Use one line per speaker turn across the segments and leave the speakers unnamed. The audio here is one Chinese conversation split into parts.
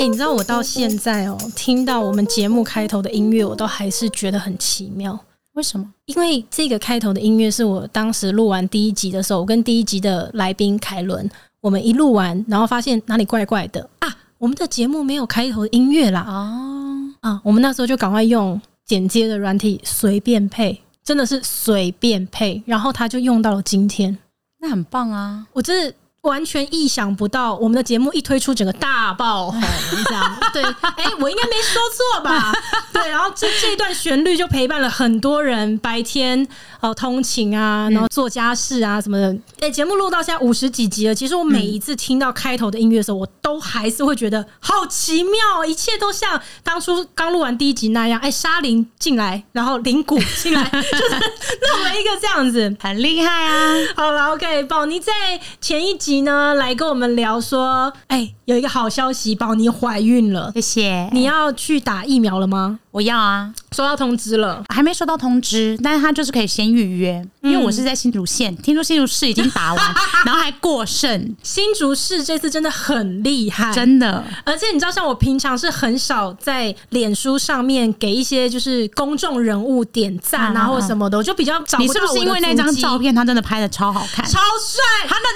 哎、你知道我到现在哦，听到我们节目开头的音乐，我都还是觉得很奇妙。
为什么？
因为这个开头的音乐是我当时录完第一集的时候，我跟第一集的来宾凯伦，我们一录完，然后发现哪里怪怪的啊，我们的节目没有开头音乐啦
哦，
啊，我们那时候就赶快用剪接的软体随便配，真的是随便配，然后他就用到了今天，
那很棒啊！
我真是。完全意想不到，我们的节目一推出，整个大爆红，这样对， 哎、我应该没说错吧？对，然后这这段旋律就陪伴了很多人白天哦、呃通勤啊，然后做家事啊什么的。哎、节目录到现在五十几集了，其实我每一次听到开头的音乐的时候，我都还是会觉得好奇妙哦，一切都像当初刚录完第一集那样。哎、沙林进来，然后林谷进来， 就是弄了一个这样子。
很厉害啊！
好了，OK，宝妮在前一集呢来跟我们聊说，哎、有一个好消息，宝妮怀孕了，
谢谢
你要去打疫苗了吗？
我要啊，
收到通知了，
还没收到通知，但是他就是可以先预约，
嗯
因为我是在新竹县，听说新竹市已经打 完，然后还过剩，
新竹市这次真的很厉害，
真的。
而且你知道，像我平常是很少在脸书上面给一些就是公众人物点赞
啊啊
啊
啊
或什么的，我就比较找
你
不
是
到
不
我
是
的
因为那张
足迹
照片，他真的拍的超好看？
超帅？
他 那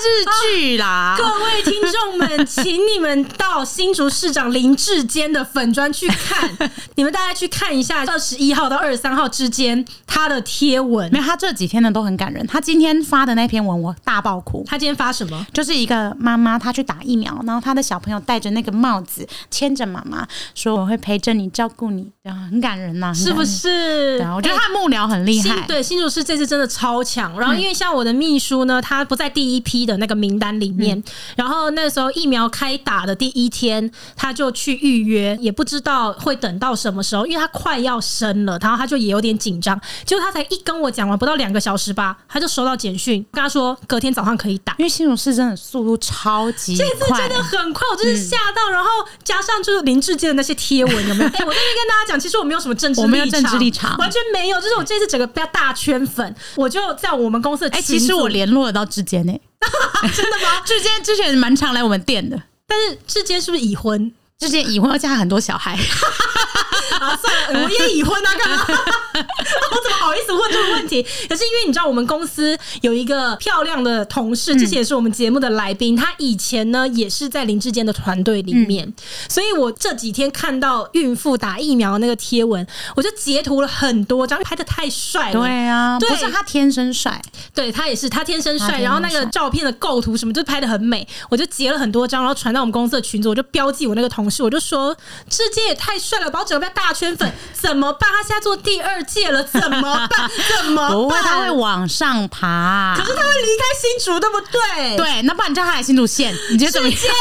日剧啦
各位听众们，请你们到新竹市长林志坚的粉砖去 看，你们大概去看一下二十一号到二十三号之间他的贴文
没。有，他这几天呢都很感人。他今天发的那篇文，我大爆哭。
他今天发什么？
就是一个妈妈，她去打疫苗，然后她的小朋友戴着那个帽子，牵着妈妈说：“我会陪着你，照顾你。”然后很感人呐、
是不
很感人？
是？
对啊，我觉得
哎
他幕僚很厉
新
害。嗯
对新竹市这次真的超强，然后因为像我的秘书呢，他不在第一批的那个名单里面，
嗯
然后那时候疫苗开打的第一天，他就去预约，也不知道会等到什么时候，因为他快要生了，然后他就也有点紧张，结果他才一跟我讲完不到两个小时吧，他就收到简讯，跟他说隔天早上可以打。
因为新竹市真的速度超级
这次
快嗯
真，的很快，我真是吓到，然后加上就是林志坚的那些贴文， 有没有？哎、我在那边跟大家讲，其实我没有什么政治立场，
我没有政治立场
完全没有。就是我这次整个被他大圈粉，我就在我们公司的
哎、
群
其实
组
我联络得到志坚呢、
真的吗？
志坚之前蛮常来我们店的，
但是志坚是不是已婚？
之前已婚，而且他很多小孩，
啊，算了，我也已婚啊，干嘛？ 我怎么好意思问这个问题？可是因为你知道，我们公司有一个漂亮的同
嗯
事，之前也是我们节目的来宾，她以前呢也是在林志坚的团队里
嗯
面，所以我这几天看到孕妇打疫苗那个贴文，我就截图了很多张，拍的太帅了。
对啊，
对
不是他天生帅，
对他也是，他天生
他
帅，
天生
然后那个
帅
照片的构图什么就拍的很美，我就截了很多张，然后传到我们公司的群组，我就标记我那个同事，我就说志坚也太帅了，把我整个被大圈 粉，怎么办？他现在做第二届了，怎么办？怎么
不会
办？
他会往上爬
哦可。是他会离开新竹，对不对？，
对，那不然叫他来新竹县，你觉得怎么样？
志坚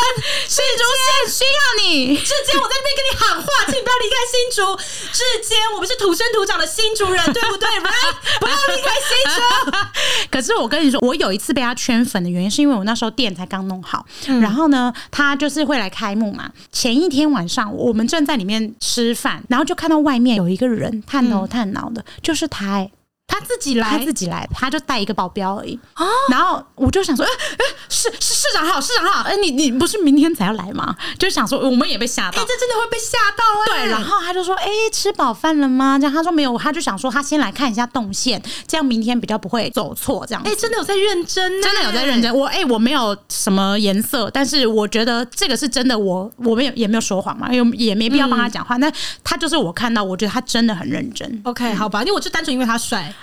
新竹县需要你。
志坚，我在那边跟你喊话，请不要离开新竹。志坚，我们是土生土长的新竹人，对不对？Right，不 要离开新竹。
可是我跟你说，我有一次被他圈粉的原因，是因为我那时候店才刚弄好，
嗯
然后呢，他就是会来开幕嘛。前一天晚上，我们正在里面吃饭，然后就看到外面有一个人探头探脑的，就是他、欸。
他自己嗯
他
来啊
自己来，他就带一个保镖而已。然后我就想说，哎、哎、市市市长好，市长好，哎、你你不是明天才要来吗？就想说，我们也被吓
哎、
到。
这真的会被吓到哎、
对，然后他就说：“哎、吃饱饭了吗？”这样他说没有，他就想说他先来看一下动线，这样明天比较不会走错。这样子
哎、真的有在认真、。
嗯真的有在认。真。我哎、我没有什么颜色，但是我觉得这个是真的我。我没有也没有说谎嘛，因为也没必要帮他讲话。那、他就是我看到，我觉得他真的很认真
OK，好吧，因为我就单纯因为他
哎
帅，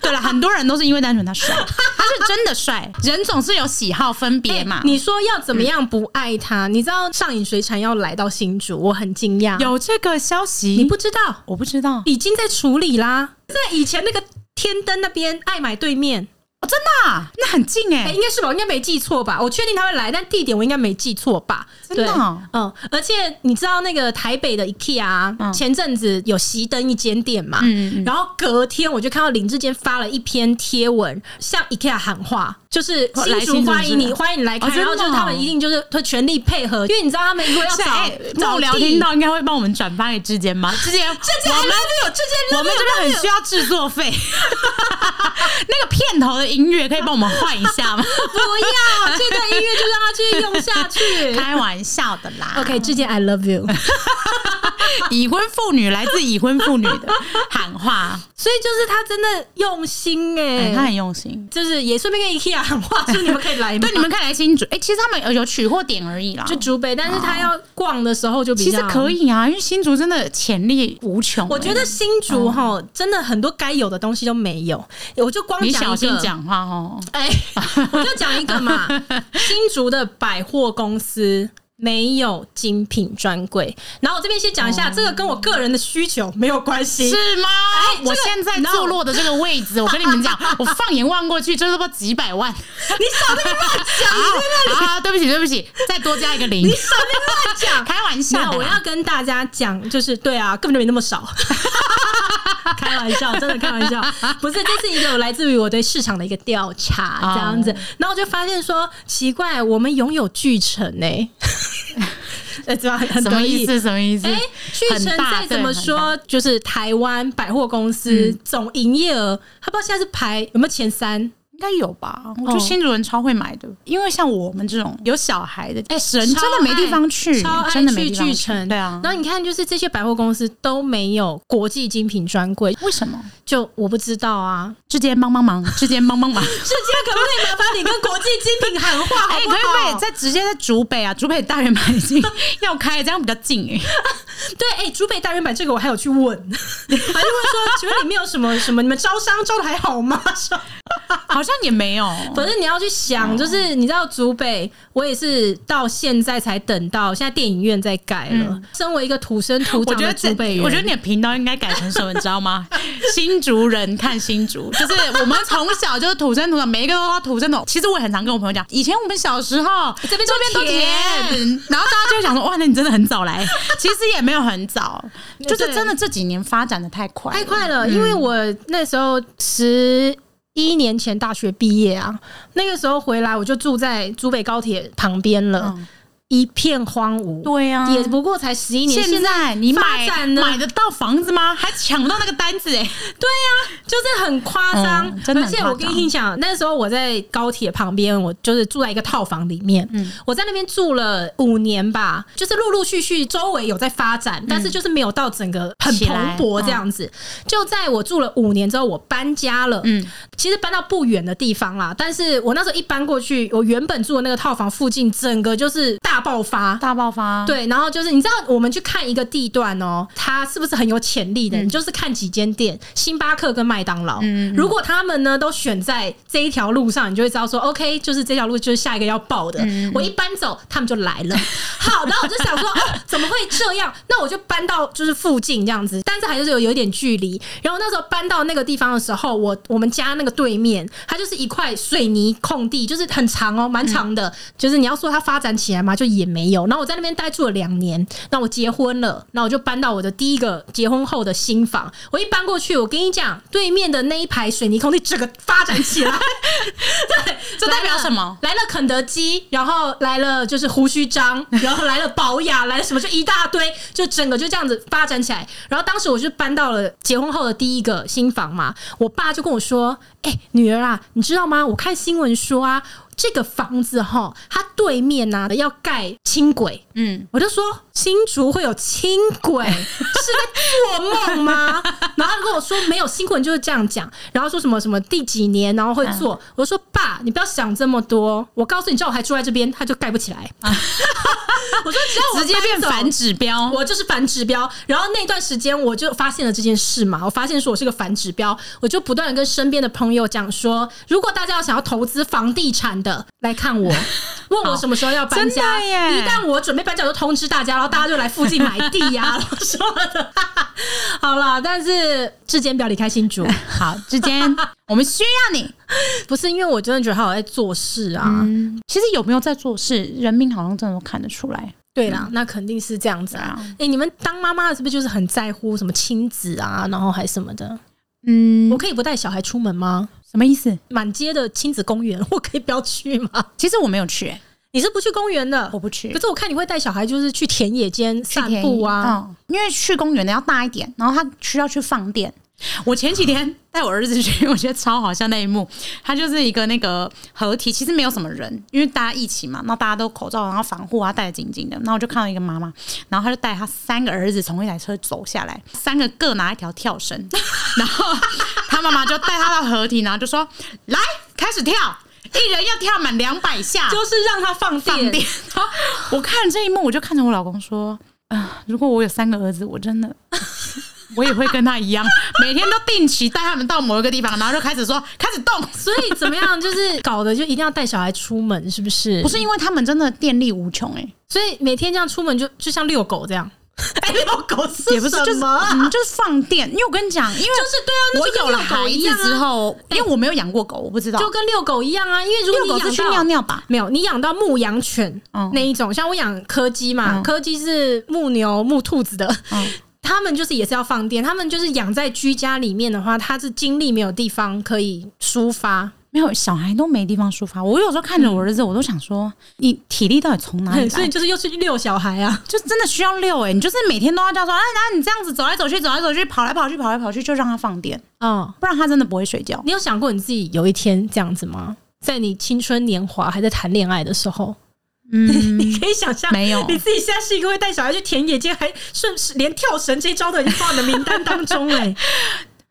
对了，很多人都是因为单纯他 帅，他是真的帅。人总是有喜好分别嘛。
你说要怎么样不爱他？你知道上影水产要来到新竹，我很惊讶，
有这个消息？
你不知道，
我不知道，
已经在处理啦，在以前那个天灯那边爱买对面，
哦、真的啊、那很近哎、
哎、应该是吧，我应该没记错吧？我确定他会来，但地点我应该没记错吧？
真的哦
对嗯，而且你知道那个台北的 IKEA 啊、
嗯
前阵子有熄灯一间店嘛，
嗯嗯嗯
然后隔天我就看到林志坚发了一篇贴文，向 IKEA 喊话，就是
哦
新
来
竹
新竹
欢迎
是
你，
吧
欢迎你来看，
哦真
然后
的哦
就是他们一定就是会全力配合，因为你知道他们如果要
是
找
哎，幕
找
僚
地
听到应该会帮我们转发给之间 吧？之间，
这
我
还
们
love you，这件 love
我们
you，
这边很需要制作费。那个片头的音乐可以以帮我们换一下吗？
不要，这段音乐就让它继续用下去。
开玩笑的啦
OK，之前 I love you，
已婚妇女来自已婚妇女的喊 话，
所以就是他真的用心哎、
哎他很用心。
就是也顺便跟 IKEA 喊话，说你们可以来吗？
对，你们看来新竹，哎、其实他们有有取货点而已啦，
就竹北，但是他要逛的时候就比
其
较
实可。以哎啊，因为新竹真的潜力无穷、欸
我觉得新
嗯
竹哈，真的很多该有的东西都没有。我就光
哎你
讲
小
一
心
个，
讲话哦。
哎， 我就讲一个 嘛，新竹的百货公司。没有精品专柜，然后我这边先讲一下，这个跟我个人的需求没有关系。
哦是吗？
这个
我现在坐落的这个位置，我跟你们 讲，我放眼望过去，就是不知道几百万。
你少在那边乱
啊啊！对不起，对不起，再多加一个零
你，少在 那边乱
开玩笑
讲。没
的
有，我
啦。
要跟大家讲，就是对啊，根本就没那么少。 开玩笑，真的开玩笑，不是，这是一个来自于我对市场的一个调查，
啊
这样子。然后我就发现说，奇怪，我们拥有巨城呢、欸， 哎，这样很
什么
得
意
意。
思？什么意思？
哎、巨城
很大嗯
再怎么？说，就是台湾百货公司总营业额，它不知道现在是排有没有前三，
应该有吧？我觉得新主人超会买的，因为像我们这种有小孩的，哎，人真的没地方去
超，爱
真的没
去
地方
巨城。
对啊，
然后你看，就是这些百货公司都没有国际精品专柜，
为什么？
就我不知道啊。
之间帮帮 忙，之间帮帮忙。
世界可不可以麻烦你跟国际精品喊话，好
哎，可
不
不可
好？
以再直接在竹北啊？竹北大圆满已经 要开，这样比较近哎。
对，哎、竹北大圆版这个我还有去问， 还去问说，请问里面有什么什么？你们招商招的还好 吗？
好像也没有，
反正你要去想，就是你知道竹北，我也是到现在才等到，现在电影院在盖了。身为一个土生土
我
长
觉
的
得这
竹北人，
我觉得你的频道应该改成什么，你知道吗？ 新竹人看新竹，就是我们从小就是土生土长，每一个都要土生土长。其实我也很常跟我朋友讲，以前我们小时候
这边都
这边都
甜
甜，然后大家就会想说，哇，那你真的很早 来。其实也没有很早，就
对
是真的这几年发展的太快，
太快了，因为我那时候十一年前大学毕业啊，那个时候回来我就住在竹北高铁旁边了，
嗯
一片荒芜。
对啊
也不过才十一年，
现
现
在你
发
买
展了
买得到房子吗？还抢不到那个单子哎、
啊就是很夸张、
嗯真的
而
很
且我
夸
跟
张
你讲，那时候我在高铁旁边，我就是住在一个套房里面，
嗯
我在那边住了五年吧，就是陆陆续续周围有在发
嗯
展，但是就是没有到整个很
起
蓬
来
勃这样子。就在我住了五年之后，我搬家了，
嗯
其实搬到不远的地方啦，但是我那时候一搬过去，我原本住的那个套房附近，整个就是大爆发。
大爆发，
对，然后就是你知道，我们去看一个地段哦，它是不是很有潜力的？你就是看几间店，星巴克跟麦当劳。
嗯
如果他们呢都选在这一条路上，你就会知道说，OK，就是这条路就是下一个要爆
嗯
的。我一搬走，他们就来了。 好，然后我就想说，哦，怎么会这样？那我就搬到就是附近这样子，但是还是有有一点距离。然后那时候搬到那个地方的时候，我我们家那个对面，它就是一块水泥空地，就是很长哦，蛮长的。就是你要说它发展起来嘛，就也没有。然后我在那边待住了两年，那我结婚了，那我就搬到我的第一个结婚后的新房。我一搬过去，我跟你讲，对面的那一排水泥空地整个发展起来，对，
这代表什么？
来了肯德基，然后来了就是胡须章，然后来了保雅，来了什么就一大堆，就整个就这样子发展起来。然后当时我就搬到了结婚后的第一个新房嘛，我爸就跟我说：“哎、女儿啊，你知道吗？我看新闻说啊，这个房子哈，它对面呐、要盖轻轨。”
嗯，
我就说新竹会有轻轨，是在做梦吗？ 然后他跟我说没有，新闻就是这样讲，然后说什么什么第几年，然后会做。我说爸，你不要想这么多，我告诉你，只要我还住在这边，它就盖不起来。我说只要我
直接变
搬走
反指标，
我就是反指标。然后那段时间我就发现了这件事嘛，我发现说我是个反指标，我就不断的跟身边的朋友讲说，如果大家要想要投资房地产的，来看 我，问我什么时候要搬家。
真的耶
一旦我准备搬家，我就通知大家，然后大家就来附近买地呀、 然后什么的。好了，但是志坚不要离开新竹，
好，之间 我们需要你。
不是因为我真的觉得他有在做事啊。
嗯其实有没有在做事，人民好像真的都看得出来。
对啦，那肯定是这样子啊。
嗯对啊
哎、你们当妈妈的是不是就是很在乎什么亲子啊，然后还什么的？
嗯
我，可以不带小孩出门吗？
什么意思？
满街的亲子公园， 我可以不要去 吗？
其实我没有去、欸
你是不去公园的
我？不去
可。是我看你会带小孩，就是去田野间
去
散
田
步啊。
嗯，因为去公园的要大一点，然后他需要去放电，我前几天带我儿子去， 我觉得超好笑那一幕。他就是一个那个合体，其实没有什么人，因为大家一起嘛，那大家都口罩然后防护啊，戴得紧紧的。然后我就看到一个妈妈，然后她就带她三个儿子从一台车走下来，三个各拿一条跳绳， 然后她妈妈就带她到合体，然后就说：“来，开始跳，一人要跳满两百下。”
就是让他放电。
放电。 然后我看了这一幕，我就看着我老公说：“啊、如果我有三个儿子，我真的。” 我也会跟他一样，每天都定期带他们到某一个地方，然后就开始说开始动，
所以怎么样，就是搞的就一定要带小孩出门，是不是？
不，是因为他们真的电力无穷哎、
所以每天这样出门就就像遛狗这 样。哎，遛狗是
也不是就是、嗯、就是放电，因为我跟你讲，因为
就是对啊，那
我
就
有
跟
了
遛狗
孩
一样
子之
啊，
后，因为我没有养过狗，我不知道
就跟遛狗一样啊。因为如果
遛
你
狗
养
是去
到
尿尿吧？
没有，你养到牧羊犬
嗯
那一种，像我养柯基嘛，
嗯
柯基是牧牛、牧兔子的。
嗯
他们就是也是要放电，他们就是养在居家里面的话，他是精力没有地方可以抒发，
没有小孩都没地方抒发。我有时候看着我儿子，我都想说，你体力到底从哪里来？
嗯 所以就是又去遛小孩啊。
就真的需要遛哎、你就是每天都要这样说，啊，然后你这样子走来走去，走来走去，跑来跑去，跑来跑去，就让他放电，
嗯，
不然他真的不会睡觉。
你有想过你自己有一天这样子吗？在你青春年华还在谈恋爱的时候，
嗯，
可以想象
没有
你自己现在是一个会带小孩去田野间，还顺势连跳绳这一招都已经放在你的名单当中哎嘞、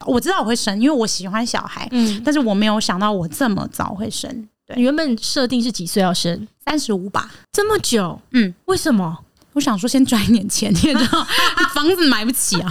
我知道我会生，因为我喜欢小孩，
嗯，
但是我没有想到我这么早会生，
你原本设定是几岁要生？
三十五吧。
这么久？
嗯，
为什么？
我想说先赚一点钱，你也知 道房子买不起啊，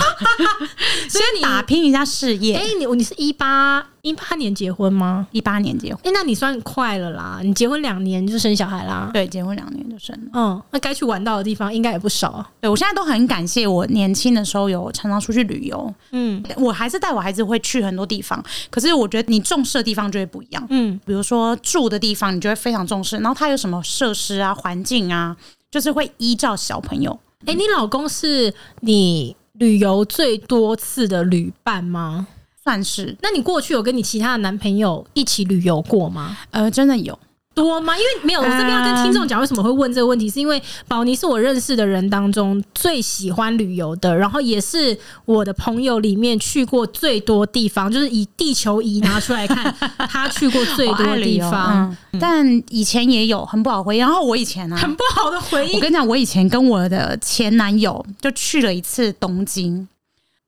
所以你
打拼一下事
哎、
业。
你你是一八一八年结婚吗？
一八年结婚，
哎、那你算快了啦，你结婚两年就生小孩啦。
对，结婚两年就生了。
嗯，那该去玩到的地方应该也不少啊。
对我现在都很感谢我年轻的时候有常常出去旅游，
嗯
我还是带我孩子会去很多地方，可是我觉得你重视的地方就会不一样。
嗯，
比如说住的地方，你就会非常重视，然后它有什么设施啊、环境啊，就是会依照小朋友。
哎、你老公是你旅游最多次的旅伴吗？
算是
那你过去有跟你其他的男朋友一起旅游过吗？
呃，真的有，
多吗？因为没有，我这边要跟听众讲为什么会问这个问题，是因为宝妮是我认识的人当中最喜欢旅游的，然后也是我的朋友里面去过最多地方，就是以地球仪拿出来 看，他去过最多
我哦爱
的
旅
地
游
方，
嗯但以前也有很不好回忆。然后我以前 啊，
很不好的回
我
忆。
跟你讲，我以前跟我的前男友就去了一次东京，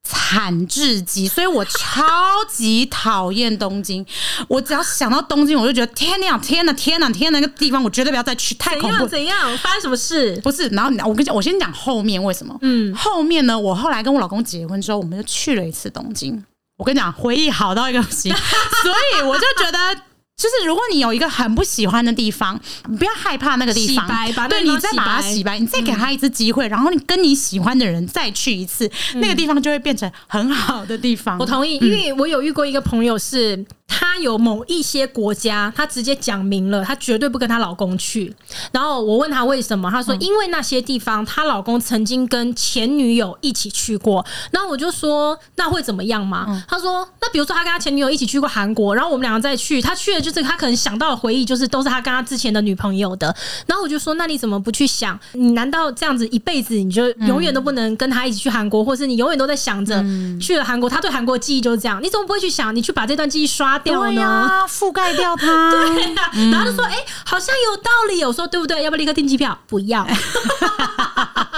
惨至极，所以我超级讨厌东京。我只要想到东京，我就觉得天哪，天哪，天哪，天哪，那个地方我绝对不要再去，太
怎
恐怖
样怎样？发生什么事？
不是，然后你我跟你讲，我先讲后面为什么。
嗯，
后面呢，我后来跟我老公结婚之后，我们就去了一次东京。我跟你讲，回忆好到一个不 行，所以我就觉得，就是如果你有一个很不喜欢的地方，你不要害怕那个地方
洗白把，那
对
地方
你再把它
洗白嗯
洗白，你再给他一次机会，然后你跟你喜欢的人再去一次，那个地方就会变成很好的地方。
嗯我同意，因为我有遇过一个朋友是，她有某一些国家，她直接讲明了，她绝对不跟她老公去。然后我问她为什么，她说因为那些地方她老公曾经跟前女友一起去过。然后我就说那会怎么样嘛？她说那比如说她跟她前女友一起去过韩国，然后我们两个再去，她去的就是她可能想到的回忆就是都是她跟她之前的女朋友的。然后我就说那你怎么不去想？你难道这样子一辈子你就永远都不能跟她一起去韩国，或是你永远都在想着去了韩国，她对韩国记忆就是这样？你怎么不会去想你去把这段记忆刷掉
对啊呀、
呢？
覆盖掉 它。
对啊 然后就说：“哎、好像有道理。”我说：“对不对？要不要立刻订机票？”不要。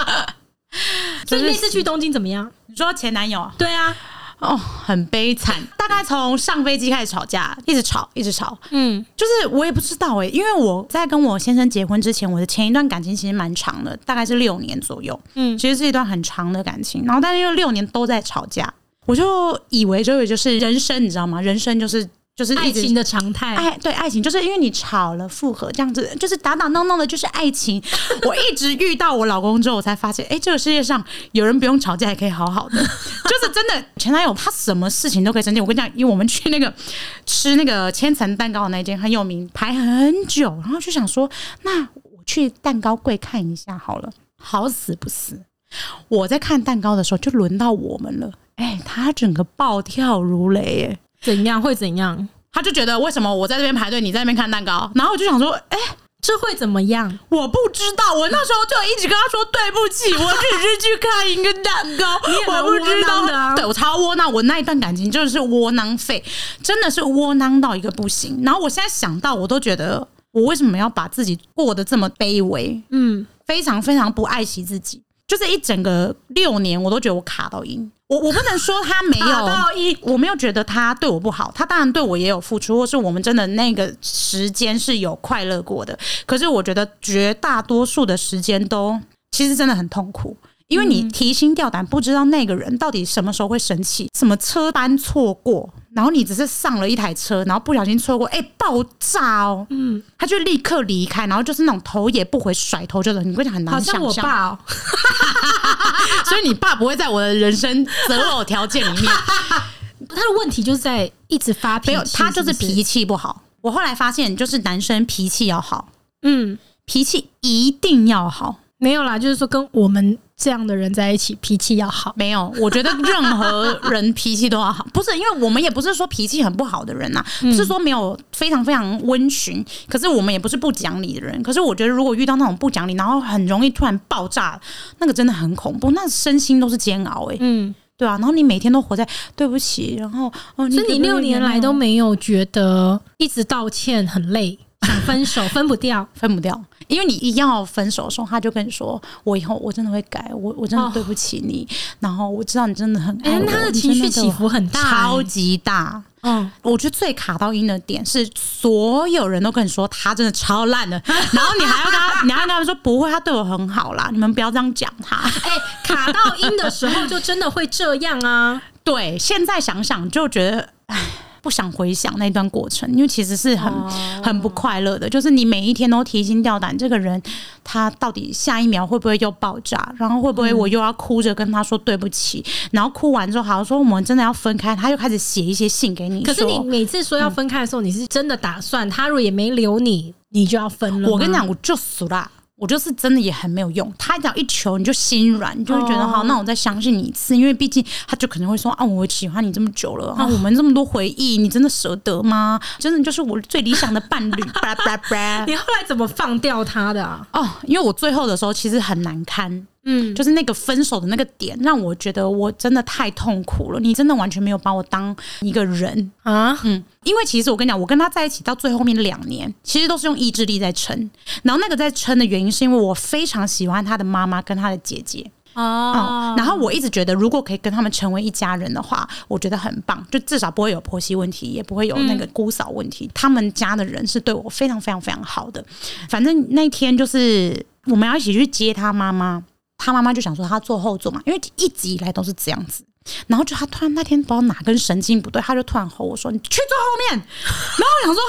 所以那次去东京怎么样？
你说前男友
对啊，
哦，很悲惨，大概从上飞机开始吵架，一直吵，一直吵，
嗯
就是我也不知道哎、因为我在跟我先生结婚之前，我的前一段感情其实蛮长的，大概是六年左右，
嗯，
其实是一段很长的感情。然后，但是因为六年都在吵架，我就以为这个就是人生，你知道吗？人生就是就是
爱
一直
情的常态。
爱对爱情，就是因为你吵了复合这样子，就是打打闹闹的，就是爱情。我一直遇到我老公之后，我才发现，哎、这个世界上有人不用吵架也可以好好的，就是真的前男友他什么事情都可以生气。我跟你讲，因为我们去那个 吃那个千层蛋糕的那一间很有名，排很久，然后就想说，那我去蛋糕柜看一下好了。好死不死，我在看蛋糕的时候就轮到我们了。哎、他整个暴跳如雷耶、
怎样会怎样？
他就觉得为什么我在这边排队，你在那边看蛋糕？然后我就想说，哎、
这会怎么样？
我不知道，我那时候就一直跟他说对不起，我只是去看一个蛋 糕，
也蛮
我不知
窝囊
道
的啊
对我超窝囊，我那一段感情就是窝囊废，真的是窝囊到一个不行。然后我现在想到，我都觉得我为什么要把自己过得这么卑微，
嗯，
非常非常不爱惜自己。就是一整个六年，我都觉得我卡到音，我我不能说他没
卡
有
到音
我没有觉得他对我不好，他当然对我也有付出，或是我们真的那个时间是有快乐过的。可是我觉得绝大多数的时间都其实真的很痛苦。因为
嗯
你提心吊胆，不知道那个人到底什么时候会生气，什么车班错过，然后你只是上了一台车，然后不小心错过，哎、爆炸哦！嗯，他就立刻离开，然后就是那种头也不回甩头就走，你会很
好
难想
像我
象。
爸哦，
所以你爸不会在我的人生择偶条件里面，
他的问题就是在一直发脾
没
气，
有，他就是
不
脾气不好。我后来发现，就是男生脾气要好，
嗯，
脾气一定要好。
没有啦，就是说跟我们这样的人在一起，脾气要好。
没有，我觉得任何人脾气都要好， 不是因为我们也不是说脾气很不好的人呐、啊
嗯
不是说没有非常非常温驯，可是我们也不是不讲理的人。可是我觉得如果遇到那种不讲理，然后很容易突然爆炸，那个真的很恐怖，那身心都是煎熬哎、
嗯，
对啊，然后你每天都活在对不起，然后哦，
所以
可
你
不可
六年
原谅
来都没有觉得一直道歉很累，想分手 分不掉。
分不掉，因为你一要分手的时候，他就跟你说：“我以后我真的会改，我我真的
哦
对不起你，然后我知道你真的很
哎、
爱我。
那他的情绪起伏很
很
大、
超
欸
级大。
嗯，
我觉得最卡到音的点是，所有人都跟你说他真的超烂的，然后你还要跟他，你还要跟他们说不会，他对我很好啦，你们不要这样讲他。
哎、卡到音的时候就真的会这样啊。
对，现在想想就觉得，唉，不想回想那段过程，因为其实是
哦
很、很不快乐的。就是你每一天都提心吊胆，这个人他到底下一秒会不会又爆炸，然后会不会我又要哭着跟他说对不起，然后哭完之后好像说我们真的要分开，他又开始写一些信给你
可是
说
你每次说要分开的时候，你是真的打算他如果也没留你，你就要分了。
我跟你，讲，我就死啦。我就是真的也很没有用，他只要一求你就心软，你就会觉得、
哦
好，那我再相信你一次，因为毕竟他就可能会说啊，我喜欢你这么久了， 啊，我们这么多回忆，你真的舍得 吗？真的就是我最理想的伴侣，巴拉巴拉 巴拉。
你后来怎么放掉他的啊？
哦，因为我最后的时候其实很难堪，
嗯，
就是那个分手的那个点，让我觉得我真的太痛苦了。你真的完全没有把我当一个人，
啊，
嗯，因为其实我跟你讲，我跟他在一起到最后面两年，其实都是用意志力在撑。然后那个在撑的原因，是因为我非常喜欢他的妈妈跟他的姐姐。
哦
嗯，然后我一直觉得，如果可以跟他们成为一家人的话，我觉得很棒，就至少不会有婆媳问题，也不会有那个姑嫂问题。他们家的人是对我非常非常非常好的。反正那天就是我们要一起去接他妈妈，他妈妈就想说他坐后座嘛，因为一直以来都是这样子。然后就他突然那天不知道哪根神经不对，他就突然吼我说：“你去坐后面。”然后我想说。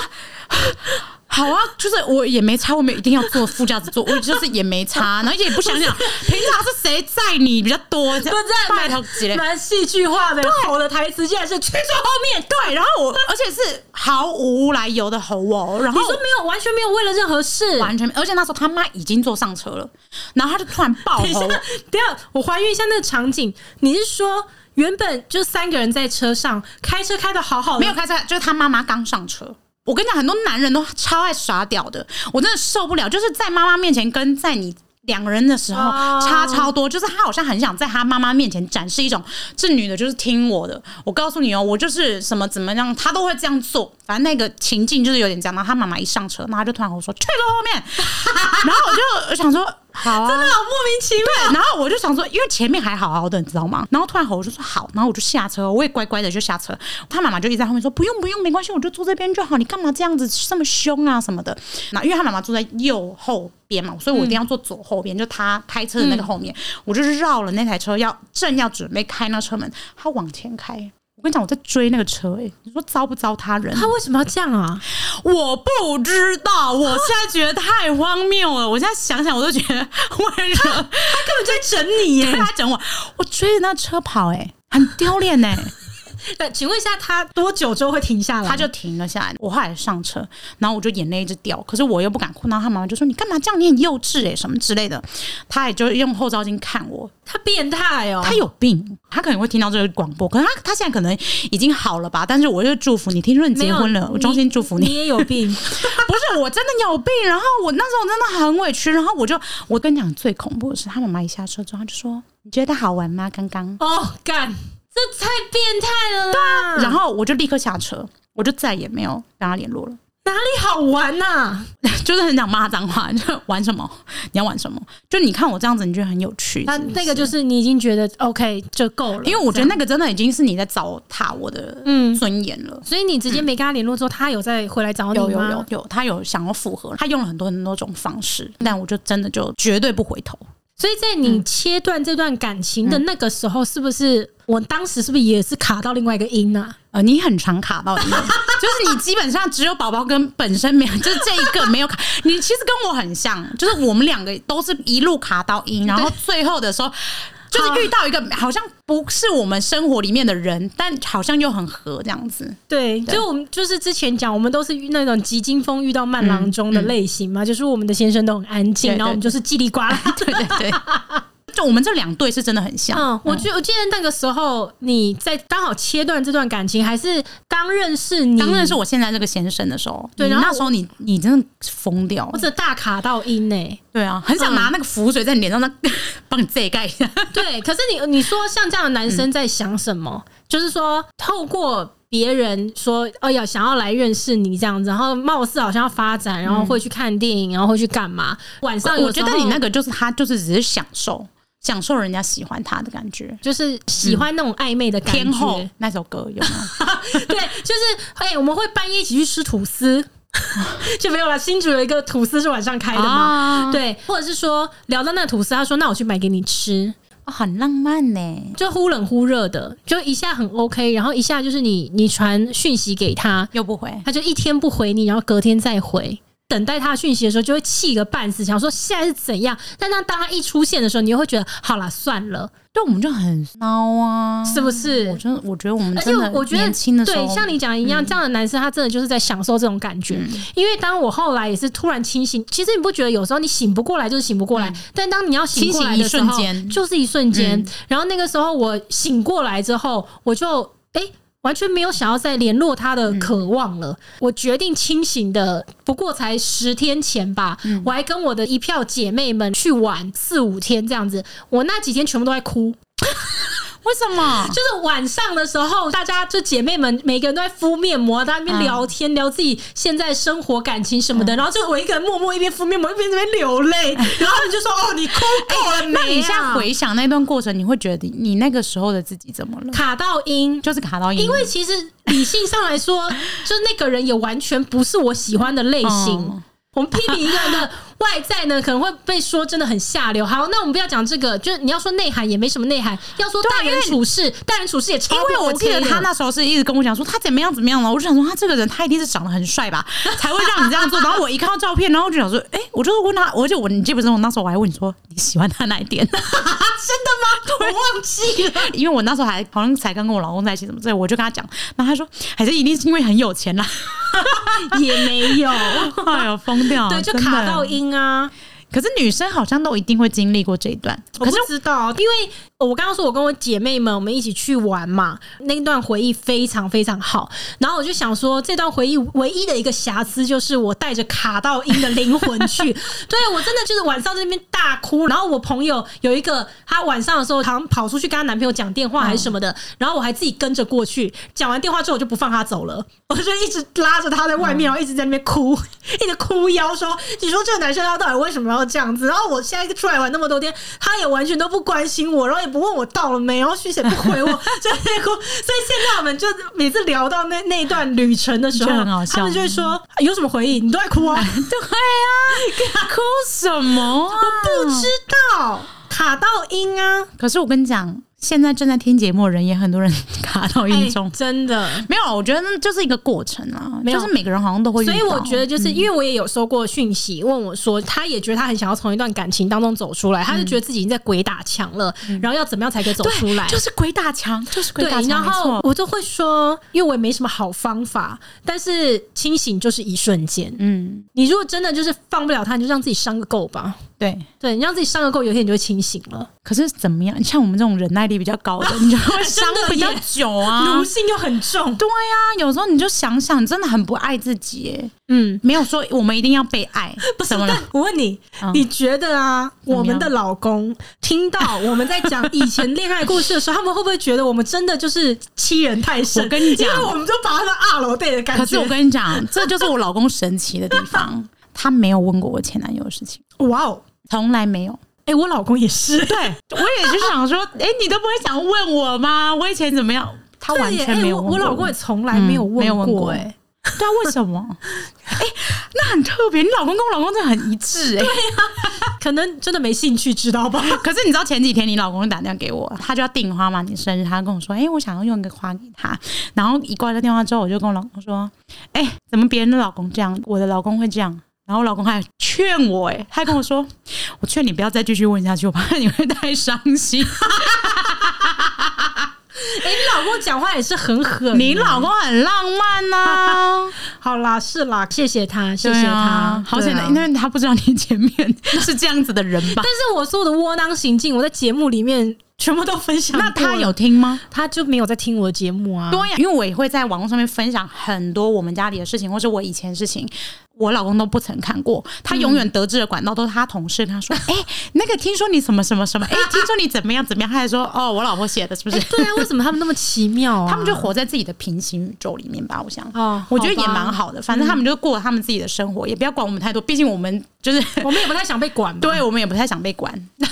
好啊，就是我也没差，我们一定要坐副驾驶座，我就是也没差，然后也不想想平常是谁载你比较多，这样
不
拜
然
托几嘞。
蛮戏剧化的，吼的台词竟然是去坐后面。
对，然后我而且是毫无来由的吼我，然后
你说没有，完全没有为了任何事。
完全没，而且那时候他妈已经坐上车了，然后他就突然爆
等一下，
吼我，
等一下，我还原一下那个场景。你是说原本就三个人在车上开车开的好好的，
没有开车，就是他妈妈刚上车。我跟你讲，很多男人都超爱耍屌的，我真的受不了。就是在妈妈面前跟在你两个人的时候
哦
差超多，就是他好像很想在他妈妈面前展示一种这女的就是听我的，我告诉你哦，我就是什么怎么样，他都会这样做。反正那个情境就是有点这样。然后他妈妈一上车，然后他就突然跟我说去坐后面， 然后我就想说好啊，
真的好莫名其妙。
然后我就想说，因为前面还好好的，你知道吗？然后突然吼，我就说好，然后我就下车，我也乖乖的就下车。他妈妈就一直在后面说不用不用，没关系，我就坐这边就好，你干嘛这样子这么凶啊什么的？那因为他妈妈坐在右后边嘛，所以我一定要坐左后边，就他开车的那个后面，我就是绕了那台车，要正要准备开那车门，他往前开。我跟你讲，我在追那个车、欸，你说糟不糟他人？
他为什么要这样啊？
我不知道，我现在觉得太荒谬了。我现在想想，我都觉得 为什 么？
他根本就在整你耶！ 嗯
对他整我，我追着那车跑、欸，哎，很丢脸哎。
那请问一下，他多久之后会停下来？
他就停了下来。我后来上车，然后我就眼泪一直掉，可是我又不敢哭。然后他妈妈就说：“你干嘛这样？你很幼稚哎、什么之类的。”他也就用后照镜看我，
他变态哦，
他有病，他可能会听到这个广播，可是他他现在可能已经好了吧？但是我就祝福你，听说你
没
结
有
婚了，我衷心祝福
你
你。
也有病。
不是，我真的有病。然后我那时候真的很委屈，然后我就我跟你讲，最恐怖的是他妈妈一下车之后，他就说：“你觉得好玩吗？刚刚
哦，干，这太变态了啦！？”
然后我就立刻下车，我就再也没有跟他联络了。
哪里好玩啊呐、
就是很想骂脏话，就玩什么？你要玩什么？就你看我这样子，你觉得很有趣？
那
是不是
那个就是你已经觉得 OK 就够了，
因为我觉
这样
得那个真的已经是你在糟蹋我的
嗯，
尊严了。
所以你直接没跟他联络之后，他有再回来找你吗？
有有有有，他有想要复合，他用了很多很多种方式，但我就真的就绝对不回头。
所以在你切断这段感情的那个时候，是不是我当时是不是也是卡到另外一个音啊？
呃，你很常卡到一个 就是你基本上只有宝宝跟本身没有， 就是这一个没有卡。你其实跟我很像，就是我们两个都是一路卡到音，然后最后的时候。就是遇到一个好像不是我们生活里面的人，但好像又很合这样子。
对，
对
就我们就是之前讲，我们都是那种急惊风遇到慢郎中的类型嘛，就是我们的先生都很安静，
对对
然后我们就是叽里呱 啦。
对对对， 就我们这两对是真的很像。
嗯，我记我记得那个时候你在刚好切断这段感情，还是刚认识你，
当然是我现在这个先生的时候，
对
你
然后
那时候你你真的疯掉
我嗯只
了，
大卡到音呢、
对啊，很想拿那个浮水在你脸上那 帮你遮盖一下。
对，可是你你说像这样的男生在想什么？ 就是说透过。别人说：“哎呀，想要来认识你这样子，然后貌似好像要发展，然后会去看电影，然后会去干嘛？晚上有
我觉
时
得
候
你那个就是他，就是只是享受享受人家喜欢他的感觉。
就是喜欢那种暧昧的感觉。
天嗯后那首歌有吗？
对，就是哎、我们会半夜一起去吃吐司， 就没有了。新竹有一个吐司是晚上开的嘛，
啊，
对，或者是说聊到那吐司，他说：“那我去买给你吃。”
哦很浪漫呢。
就忽冷忽热的，就一下很 OK，然后一下就是你你传讯息给他，
又不回，
他就一天不回你，然后隔天再回。等待他的讯息的时候，就会气个半死，想说现在是怎样。但当当他一出现的时候，你又会觉得好啦，算了，
对，我们就很孬啊，
是不是
我真的，我觉得我们
而且
真的，
我觉得
年轻的时候，嗯
对，像你讲的一样，这样的男生他真的就是在享受这种感觉。因为当我后来也是突然清醒，其实你不觉得有时候你醒不过来就是醒不过来，但当你要醒过来的时候，
嗯清醒一瞬间嗯
就是一瞬间。然后那个时候我醒过来之后，我就哎。诶完全没有想要再联络他的
嗯
渴望了。我决定清醒的，不过才十天前吧，
嗯
我还跟我的一票姐妹们去玩四五天这样子。我那几天全部都在哭，
为什么？
就是晚上的时候，大家就姐妹们每个人都在敷面膜，在那边聊天、聊自己现在生活、感情什么
嗯
的。然后就我一个人默默一边敷面膜一边在那边流泪，然后他们就说：“哦，你哭够了没、啊
那你现在回想那段过程，你会觉得你那个时候的自己怎么了？
卡到音，
就是卡到音，
因为其实理性上来说，就那个人也完全不是我喜欢的类型。
嗯
我们批评一个人的外在呢，可能会被说真的很下流。好，那我们不要讲这个，就是你要说内涵也没什么内涵，要说待人处事，待人处事也超
啊因
不 OK
为
的。
我记得他那时候是一直跟我讲说他怎么样怎么样了，我就想说他这个人他一定是长得很帅 吧，才会让你这样做。然后我一看到照片，然后我就想说，哎、我就问他，而且我你记不记得我那时候我还问你说你喜欢他哪一 点？
真的吗？我忘 记了。
因为我那时候还好像才刚跟我老公在一起什么之类，我就跟他讲，然后他说还是一定是因为很有 钱啦，
也没有，
哎呦疯 掉，
对，就
真的
卡到。音啊。
可是女生好像都一定会经历过这一段，
我
可
不
是
知道，因为呃我刚刚说，我跟我姐妹们我们一起去玩嘛，那段回忆非常非常好。然后我就想说，这段回忆唯一的一个瑕疵就是我带着卡到音的灵魂 去，对我真的就是晚上在那边大哭。然后我朋友有一个，她晚上的时候好像跑出去跟她男朋友讲电话还是什么的，
嗯
然后我还自己跟着过去。讲完电话之后，我就不放她走了， 我就一直拉着她在外
嗯
面，然后一直在那边哭， 一直哭腰说：“你说这个男生他到底为什么要这样子？”然后我现在出来玩那么多天，他也完全都不关心我，然后也不问我到了没，然后讯息也不回我， 就在那边哭。所以现在我们就每次聊到那那一段旅程的时候，
就很好笑
他们就会说：“有什么回忆？你都在哭啊？”
对啊，哭什么、啊？
不知道卡到音啊，
可是我跟你讲，现在正在听节目的人也很多人 卡到音中。
哎真的。
没有，我觉得那就是一个过程啊，
没有
就是每个人好像都会遇到。嗯
所以我觉得，就是因为我也有收过讯息，问我说，他也觉得他很想要从一段感情当中走
嗯
出来，他就觉得自己已经在鬼打墙了，然后要怎么样才可以走
对
出来？
就是鬼打墙，就是鬼
对
打，墙，
然
没错
后我就会说，因为我也没什么好方法，但是清醒就是一瞬间。
嗯，
你如果真的就是放不了他，你就让自己伤个够吧。
对。
对，你让自己伤个够，有一天你就会清醒了。
可是怎么样？像我们这种忍耐力比较高 的，你就会伤
真的
比较
耶
久啊。
奴性又很重，
对呀、有时候你就想想，你真的很不爱自己耶。
嗯，
没有说我们一定要被爱，
不是。
怎么
但
了？
我问你，
嗯
你觉得啊，
么样
我们的老公听到我们在讲以前恋爱故事的时候，他们会不会觉得我们真的就是欺人太甚？
我跟你讲
因为我们就把他的二楼对的感觉。
可是我跟你讲， 这就是我老公神奇的地方，他没有问过我前男友的事情，
哇哦，
从来没有。
哎、我老公也是，对，
我也就想说，哎、你都不会想问我吗？我以前怎么样？他完全没有问
我。
过
我老公也从来没有
嗯没有问
过，
过
哎、
哎对啊，为什么？ 哎、那很特别，你老公跟我老公真的很一致哎、
可能真的没兴趣，知 道吧？哎
可是你知道前几天你老公就打电话给我，他就要订花嘛，你生日，他跟我说，哎、我想要用一个花给他。然后一挂掉电话之后，我就跟我老公说，哎、怎么别人的老公这样，我的老公会这样？然后我老公还劝我、哎，他还跟我说，我劝你不要再继续问下去，我怕你会太伤心。
哎、你老公讲话也是很狠，啊
你老公很浪漫呐、
好啦，是啦，谢谢他，谢谢
对
他，
啊好险
对
的，
啊
因为他不知道你前面 是这样子的人吧
但？是我所有的窝囊行径，我在节目里面全部都分享过
那
了。
他有听吗？
他就没有在听我的节目啊？
对呀，因为我也会在网络上面分享很多我们家里的事情，或是我以前的事情，我老公都不曾看过，他永远得知的管道都是他同事跟他 说，哎、那个听说你什么什么什么，哎、 听说你怎么样怎么样，他还说，哦，我老婆写的，是不 是？
哎对啊，为什么他们那么奇妙啊？
他们就活在自己的平行宇宙里面吧，我嗯想。
哦，
我觉得也
吧
蛮。好的，反正他们就过了他们自己的生活，也不要管我们太多，毕竟我们就是
我们也不太想被管吧，
对我们也不太想被管。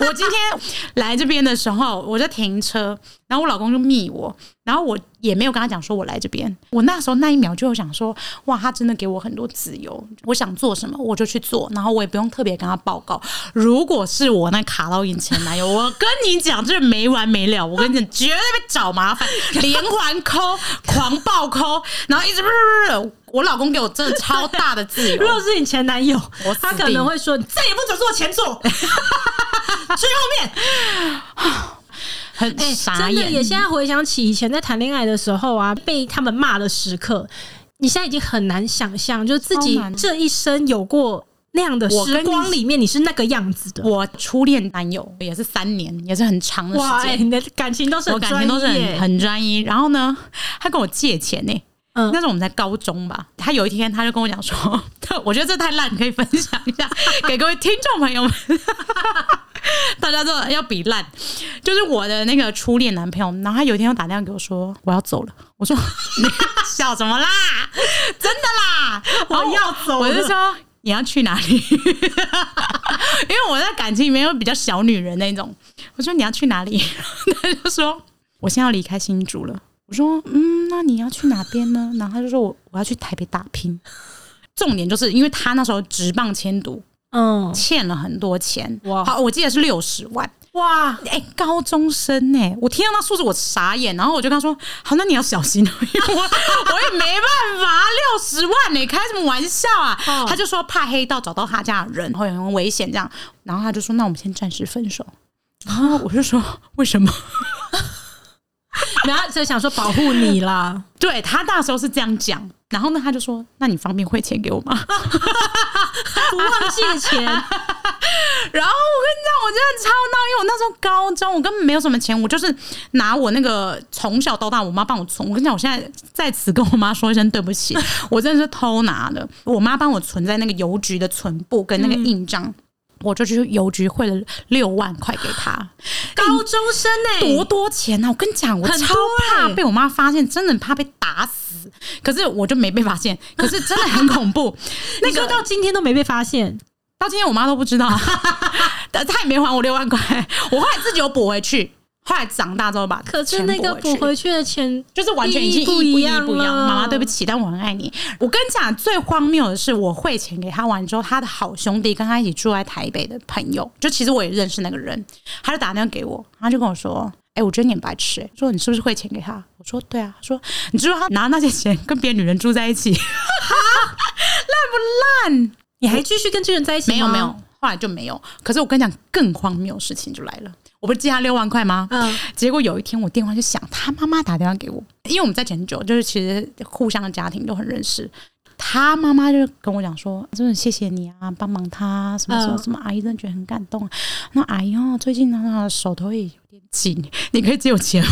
我今天来这边的时候，我在停车，然后我老公就密我，然后我也没有跟他讲说我来这边。我那时候那一秒就有想说，哇，他真的给我很多自由，我想做什么我就去做，然后我也不用特别跟他报告。如果是我那卡到眼前男友，我跟你讲，这没完没了。我跟你讲，绝对被找 麻烦，连环抠，狂暴抠，然后一直 我老公给我真的超大的自由。
如果是你前男友
我，死
他可
定
能会说：“你再也不准坐前座，去后面。
很
哎，
傻
真
眼，
的也现在回想起以前在谈恋爱的时候啊，被他们骂的时刻，你现在已经很难想象，就是自己
超难
这一生有过那样的
我跟
时
你
光里面，你是那个样子的。
我初恋男友也是三年，也是很长的
哇，
时
哎、
间。
你的感情都是
我
很
感情都是
专业
很很专一，然后呢，他跟我借钱呢、
嗯
那时候我们在高中吧。他有一天他就跟我讲说， 我觉得这太烂，可以分享 一下给各位听众朋友们。大家都要比烂，就是我的那个初恋男朋友，然后他有一天又打电话给我说我要走了，我说 你笑什么啦？真的啦，然后
我要走了
我就说你要去哪里？ 因为我在感情里面又比较小女人那种，我说你要去哪里？他就说我现在要离开新竹了。我说嗯，那你要去哪边呢？然后他就说我我要去台北打拼。重点就是因为他那时候职棒迁读，
嗯，
欠了很多钱，
哇
好，我记得是六十万。
哇，
哎、高中生哎、我听到那数字我傻眼，然后我就跟他说：“好，那你要小心哦， 因为我我也没办法，六十万你、开什么玩笑啊？”
哦
他就说怕黑道找到他家的人会很危险这样，然后他就说：“那我们先暂时分手。”然后我就说：“为什么
然后就想说保护你啦，？”
对他那时候是这样讲，然后呢他就说：“那你方便汇钱给我吗？”
不忘借钱，
然后我跟你讲，我真的超闹，因为我那时候高中，我根本没有什么钱，我就是拿我那个从小到大我妈帮我存。我跟你讲，我现在在此跟我妈说一声对不起， 我真的是偷拿的。我妈帮我存在那个邮局的存簿跟那个印章，我就去邮局汇了六万块给 她。
高中生哎、
多多钱啊！我跟你讲，我
很多
超怕
欸
被我妈发现，真的很怕被打死。可是我就没被发现，可是真的很恐怖。那
那
个
个到今天都没被发现，
到今天我妈都不知道， 但她也没还我六万块，我后来自己有补回去。后来长大之后把
可是
钱
那个补
回
回
去，
去的钱
就是完全已经
意义不
一不
一
一
样
不一样。
了
妈妈，对不起，但我很爱你。我跟你讲，最荒谬的是，我汇钱给他完之后，他的好兄弟跟他一起住在台北的朋友，就其实我也认识那个人，他就打电话给我，他就跟我说：“哎、哎、我觉得你很白痴、哎，说你是不是汇钱给他？我说对啊，他说你知道他拿那些钱跟别的女人住在一起，烂不烂？
你还继续跟这个人在一起吗？
没有没有，，后来就没有。可是我跟你讲，更荒谬的事情就来了，我不是借他六万块吗？
嗯，
结果有一天我电话就响，他妈妈打电话给我，因为我们在前久，就是其实互相的家庭都很认识。他妈妈就跟我讲说：“真的谢谢你啊，帮忙他什么什么
嗯
什么，阿姨真的觉得很感动。那阿姨哦，最近呢手头也有点紧，你可以借我钱吗？”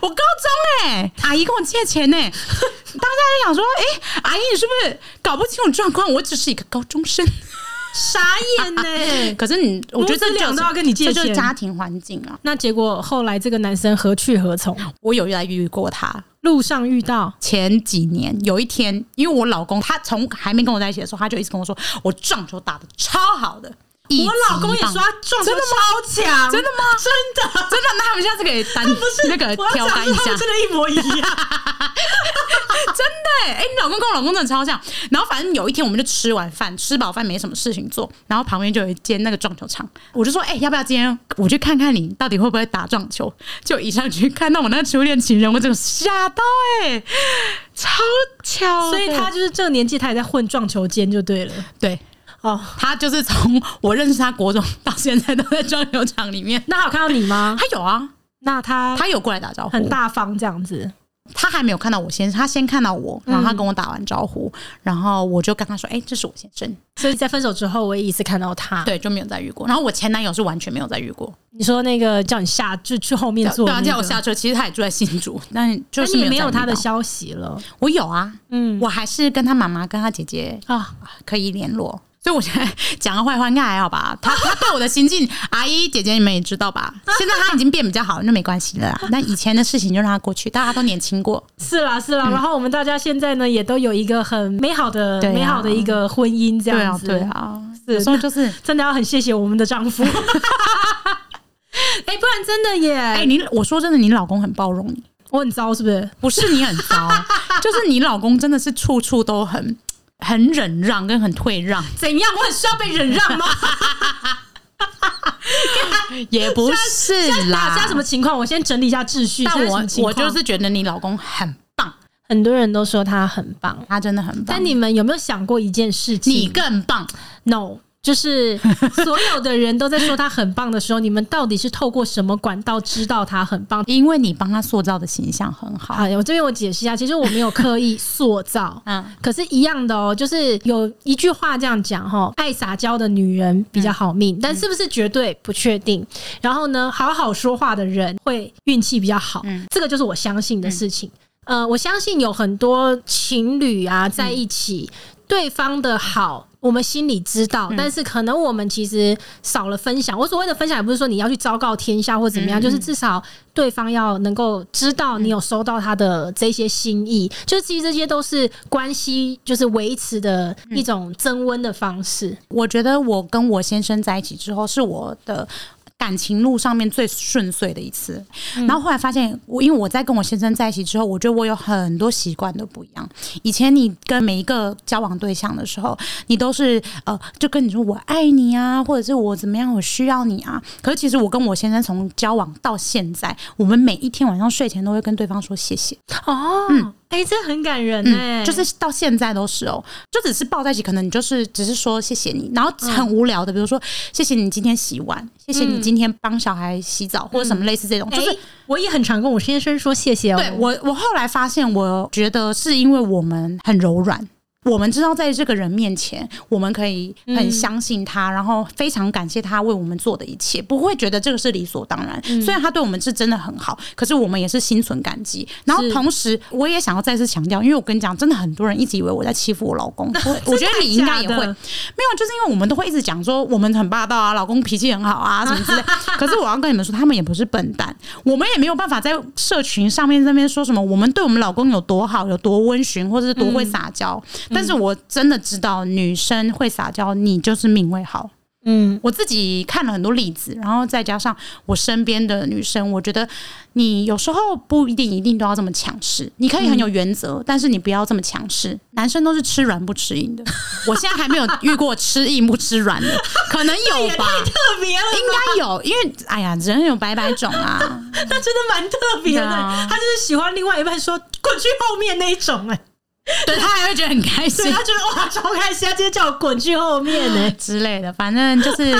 我高中哎、阿姨跟我借钱呢、当下就想说：“哎、阿姨你是不是搞不清楚状况？我只是一个高中生。”
傻眼欸呢、
可是你，我觉得这
母子
就
俩
是
都要跟你借
这就是
钱
家庭环境啊。
那结果后来这个男生何去何从？
我有来遇过他，
路上遇到，
前几年有一天，因为我老公他从还没跟我在一起的时候，他就一直跟我说，我撞球打的超好的。
我老公也说他撞球
真的
超强，
真的吗
真的。
真的，那他们下次可以 单
不是
那个
我要
挑
讲
单
是
一
他
下
们，真的，一模一样。
对，哎、你老公跟我老公真的超像。然后反正有一天，我们就吃完饭，吃饱饭没什么事情做，然后旁边就有一间那个撞球场，我就说，哎、要不要今天我去看看你到底会不会打撞球？就一上去看到我那个初恋情人，我整个吓到、哎，超巧
所
的。
以他就是这个年纪，他也在混撞球间就对了。
对
哦，
他就是从我认识他国中到现在都在撞球场里面，
那他有看到你吗？
他有啊，
那他
他有过来打招呼，
很大方这样子，
他还没有看到我先，他先看到我，然后他
嗯
跟我打完招呼，然后我就跟他说：“哎、这是我先生。
所以在分手之后，我也一次看到他。，
对，就没有再遇过。然后我前男友是完全没有再遇过，
你说那个叫你下就去后面坐、
对
那
啊，
个
叫我下车。其实他也住在新竹，但就
那
是
你也没
有
有
再遇
他的
到，
消息了。
我有啊，
嗯，
我还是跟他妈妈、跟他姐姐
啊，
可以联络。所以我现在讲个坏话应该还好吧？他他对我的心境， 阿姨姐姐你们也知道吧？现在他已经变比较好，那没关系了啦。那以前的事情就让他过去，大家都年轻过。
是啦是啦。然后我们大家现在呢，也都有一个很美好的、
嗯对啊
美好的一个婚 姻，这
对
样
啊，
子。
对啊，
是
有时候就是
真的要很谢谢我们的丈 夫。哎、不然真的耶，
哎、你我说真的，你老公很包容你，
我很糟是不是？
不是你很 糟，就是你老公真的是处处都很很忍让跟很退让，
怎样？我很需要被忍让吗？
也不是 啦。
大家什么？情况？我先整理一下秩序。
但
现在什
我
么情
我
况
就是觉得你老公很棒，
很多人都说他很棒，
他真的很棒。
但你们有没有想过一件事情？
你更棒，
no。就是所有的人都在说他很棒的时候，你们到底是透过什么管道知道他很棒？
因为你帮他塑造的形象很好。
好，我这边我解释一下，其实我没有刻意塑造，
嗯，
可是，一样的哦，就是有一句话这样讲哈、爱撒娇的女人比较好命，但是不是绝对不确定。然后呢，好好说话的人会运气比较好，
嗯
这个就是我相信的事情。呃，我相信有很多情侣啊在一起，对方的好。我们心里知道，但是可能我们其实少了分享。我所谓的分享，也不是说你要去昭告天下或怎么样，就是至少对方要能够知道你有收到他的这些心意，就其实这些都是关系就是维持的一种增温的方式。
我觉得我跟我先生在一起之后，是我的。感情路上面最顺遂的一次，然后后来发现我，因为我在跟我先生在一起之后，我觉得我有很多习惯都不一样。以前你跟每一个交往对象的时候，你都是呃，就跟你说我爱你啊，或者是我怎么样，我需要你啊。可是其实我跟我先生从交往到现在，我们每一天晚上睡前都会跟对方说谢谢。
哦，哎、这很感人哎、
嗯，就是到现在都是哦，就只是抱在一起，可能你就是只是说谢谢你，然后很无聊的，比如说谢谢你今天洗碗，谢谢你今天帮小孩洗澡，或者什么类似这种，
哎、
就是。
我也很常跟我先生说谢谢哦。
对我，我后来发现，我觉得是因为我们很柔软。我们知道，在这个人面前，我们可以
嗯
很相信他，然后非常感谢他为我们做的一切，不会觉得这个是理所当然。
嗯
虽然他对我们是真的很好，可是我们也是心存感激。然后
是
同时，我也想要再次强调，因为我跟你讲，真的很多人一直以为我在欺负我 老公，我我觉得你应该也
真的啊
会
假的，
没有，就是因为我们都会一直讲说我们很霸道啊，老公脾气很好啊，什么之类。可是我要跟你们说，他们也不是笨蛋，我们也没有办法在社群上面那边说什么我们对我们老公有多好，有多温驯，或者是多会撒娇。但是我真的知道，女生会撒娇，你就是命会好。
嗯，
我自己看了很多例子，然后再加上我身边的女生，我觉得你有时候不一定一定都要这么强势，你可以很有原则，但是你不要这么强势。男生都是吃软不吃 硬的，我现在还没有遇过吃硬不吃软的，可能有吧，
特别了，
应该有，因为哎呀，人有百百种 啊。
他真的蛮特别的，
对啊
他就是喜欢另外一半说滚去后面那一种、哎，
对他还会觉得很开心
对他觉得哇超开心，他今天叫我滚去后面呢、哎
之类的，反正就是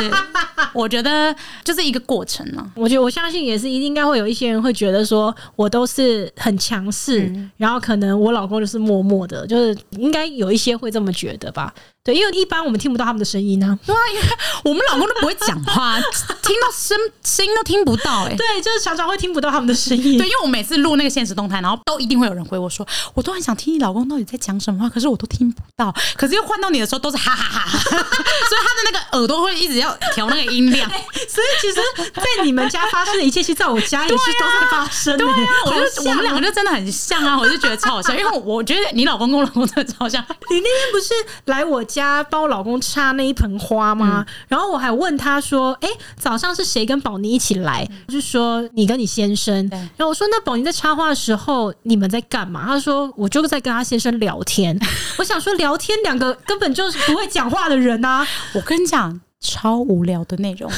我觉得就是一个过程啊呢、
我觉得我相信也是，一定应该会有一些人会觉得说，我都是很强势，然后可能我老公就是默默的，就是应该有一些会这么觉得吧。对，因为一般我们听不到他们的声音啊。
对啊，因为我们老公都不会讲话，听到声声音都听不到哎、
对，就是常常会听不到他们的声音。
对，因为我每次录那个现实动态，然后都一定会有人回我说，我都很想听你老公到底在讲什么话，可是我都听不到。可是又换到你的时候都是哈哈哈 哈，所以他的那个耳朵会一直要调那个音量。
所以其实，在你们家发生的一切，其实在我家也是都在发生的、
对啊，我
好
就
像
我们两个就真的很像啊，我就觉得超好笑，因为我觉得你老公跟我老公真的超像，
你那天不是来我家帮我老公插那一盆花吗？然后我还问他说：“哎、早上是谁跟宝妮一起来？”我就说你跟你先生。
对
然后我说：“那宝妮在插花的时候，你们在干嘛？”他说：“我就在跟他先生聊天。” 我想说，聊天两个根本就是不会讲话的人啊！
我跟你讲，超无聊的内容。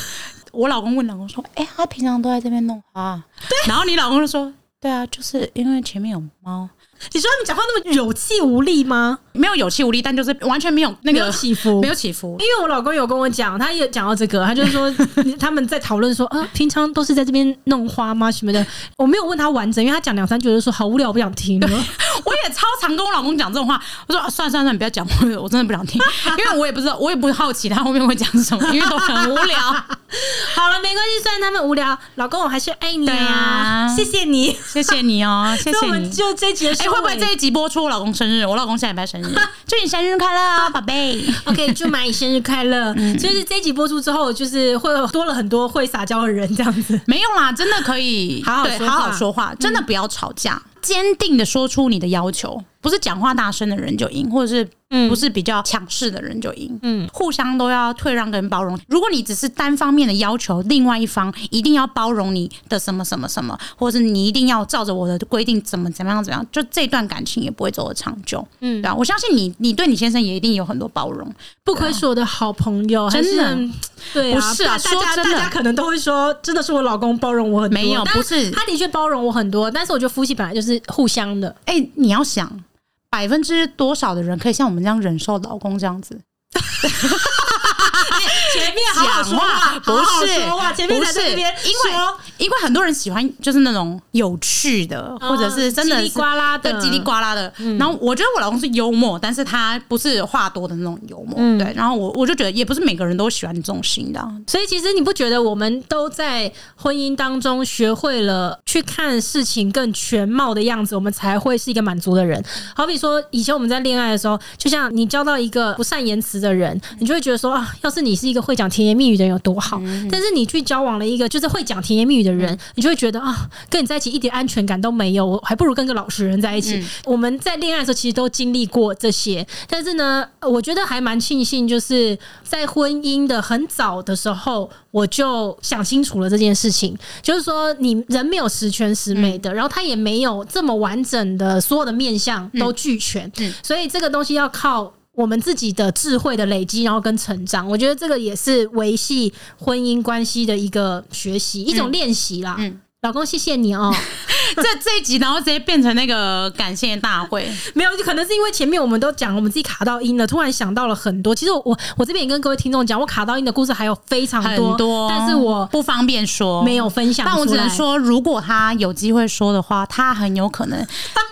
我老公问老公说：“哎、他平常都在这边弄花。”然后你老公就说：“对啊，就是因为前面有猫，
你说他们讲话那么有气无力吗？
没有有气无力，但就是完全没有那
没
个
有起伏，
没有起伏。
因为我老公有跟我讲，他也讲到这个，他就 说他们在讨论说啊，平常都是在这边弄花吗什么的。我没有问他完整，因为他讲两三句我就说好无聊，不想听了。
我也超常跟我老公讲这种话，我说、啊算了算了，你不要讲，我我真的不想听， 因为我也不知道，我也不好奇他后面会讲什么，因为都很无 聊。
好了，没关系，虽然他们无聊，老公我还是爱你
对啊
谢谢你。
谢谢你哦，谢
那我
谢
们
你。”
就这节
哎、
收尾，
会不会这一集播出我老公生日？我老公下礼拜生日，祝你生日快乐哦，宝贝！
OK？祝蚂蚁生日快 乐！
嗯
就是这集播出之后，就是会有多了很多会撒娇的人这样子。
没有啦，真的可以
好好
对
说
好
话嗯
好说话，真的不要吵架，坚定的说出你的要求，不是讲话大声的人就赢，或者是
嗯
不是比较强势的人就赢，
嗯
嗯，互相都要退让跟包容。如果你只是单方面的要求，另外一方一定要包容你的什么什么什么，或者是你一定要照着我的规定怎么怎么样怎么样，就这段感情也不会走得长久，
嗯
嗯，对啊，我相信你，你对你先生也一定有很多包容，
不愧是我的好朋友，
真的
还是，对啊，
不是啊
不然大家
说真的
大家可能都会说，真的是我老公包容我很多，
没有
但
不是
他的确包容我很多，但是我觉得夫妻本来就是互相的，
哎、你要想百分之多少的人可以像我们这样忍受老公这样子？
前面好
好
好
好
说
说话
话，
不是
好好说话，前面才在那边
不是因为
说
因为很多人喜欢就是那种有趣的，或者是真的
哦叽里呱啦的
的嗯叽里呱啦的。
嗯
然后我觉得我老公是幽默，但是他不是话多的那种幽默。
嗯
对，然后我我就觉得也不是每个人都喜欢这种型的啊、
所以其实你不觉得我们都在婚姻当中学会了去看事情更全貌的样子，我们才会是一个满足的人。好比说，以前我们在恋爱的时候，就像你交到一个不善言辞的人，你就会觉得说啊，要是你是一个会讲甜言蜜语的人有多好。但是你去交往了一个就是会讲甜言蜜语的人，你就会觉得啊，跟你在一起一点安全感都没有，我还不如跟个老实人在一起。
嗯
我们在恋爱的时候其实都经历过这些，但是呢，我觉得还蛮庆幸，就是在婚姻的很早的时候，我就想清楚了这件事情，就是说你人没有十全十
嗯
美的，然后他也没有这么完整的所有的面相都俱全，
嗯
所以这个东西要靠。我们自己的智慧的累积，然后跟成长，我觉得这个也是维系婚姻关系的一个学习，一种练习啦。
嗯
老公，谢谢你哦。
这这一集，然后直接变成那个感谢大会。
没有，就可能是因为前面我们都讲，我们自己卡到音了，突然想到了很多。其实我我我这边也跟各位听众讲，我卡到音的故事还有非常
很
多，
多，
但是我
不方便说，
没有分享出来。
但我只能说，如果他有机会说的话，他很有可能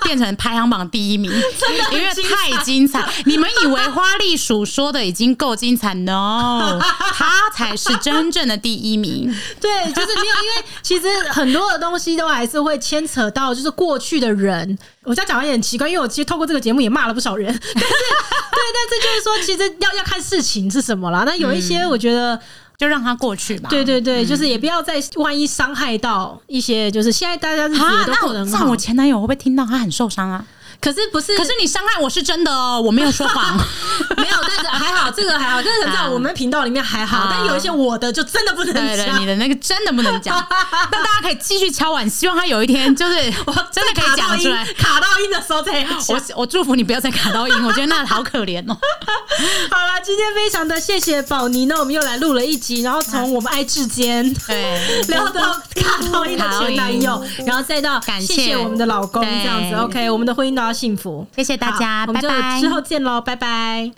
变成排行榜第一名，因为太精彩。你们以为花栗鼠说的已经够精彩？No，他 才是真正的第一名。
对，就是没有，因为其实很多的东西都还是会牵扯到，就是过去的人。我这样讲有点奇怪，因为我其实透过这个节目也骂了不少人， 但是对，但是就是说，其实要要看事情是什么啦。那有一
嗯
些我觉得。
就让他过去吧。
对对
嗯
对，就是也不要再万一伤害到一些，就是现在大家日子
啊
也，都
那
过得
我
很
那
好
我，前男友会不会听到他很受伤啊？
可是不是？
可是你伤害我是真的哦，我没有说谎。
没有，但是还好好，这个还好，这个在我们频道里面还好，
好
但有一些我的就真的不能
对对，
讲
你。的那个真的不能讲，但大家可以继续敲碗，希望他有一天就 是
我
真的可以讲出来
在。卡到音卡到音的时候再讲。
我我祝福你不要再卡到音，我觉得那好可怜哦。
好了，今天非常的谢谢宝妮，那我们又来录了一集，然后从我们爱之 间。
对，
聊到卡到音的前男友，然后再到
感谢
谢谢我们的老公，
对
这样子，OK，我们的婚姻都要幸福。
谢谢大家
好我们就
拜拜
之后见喽，拜拜。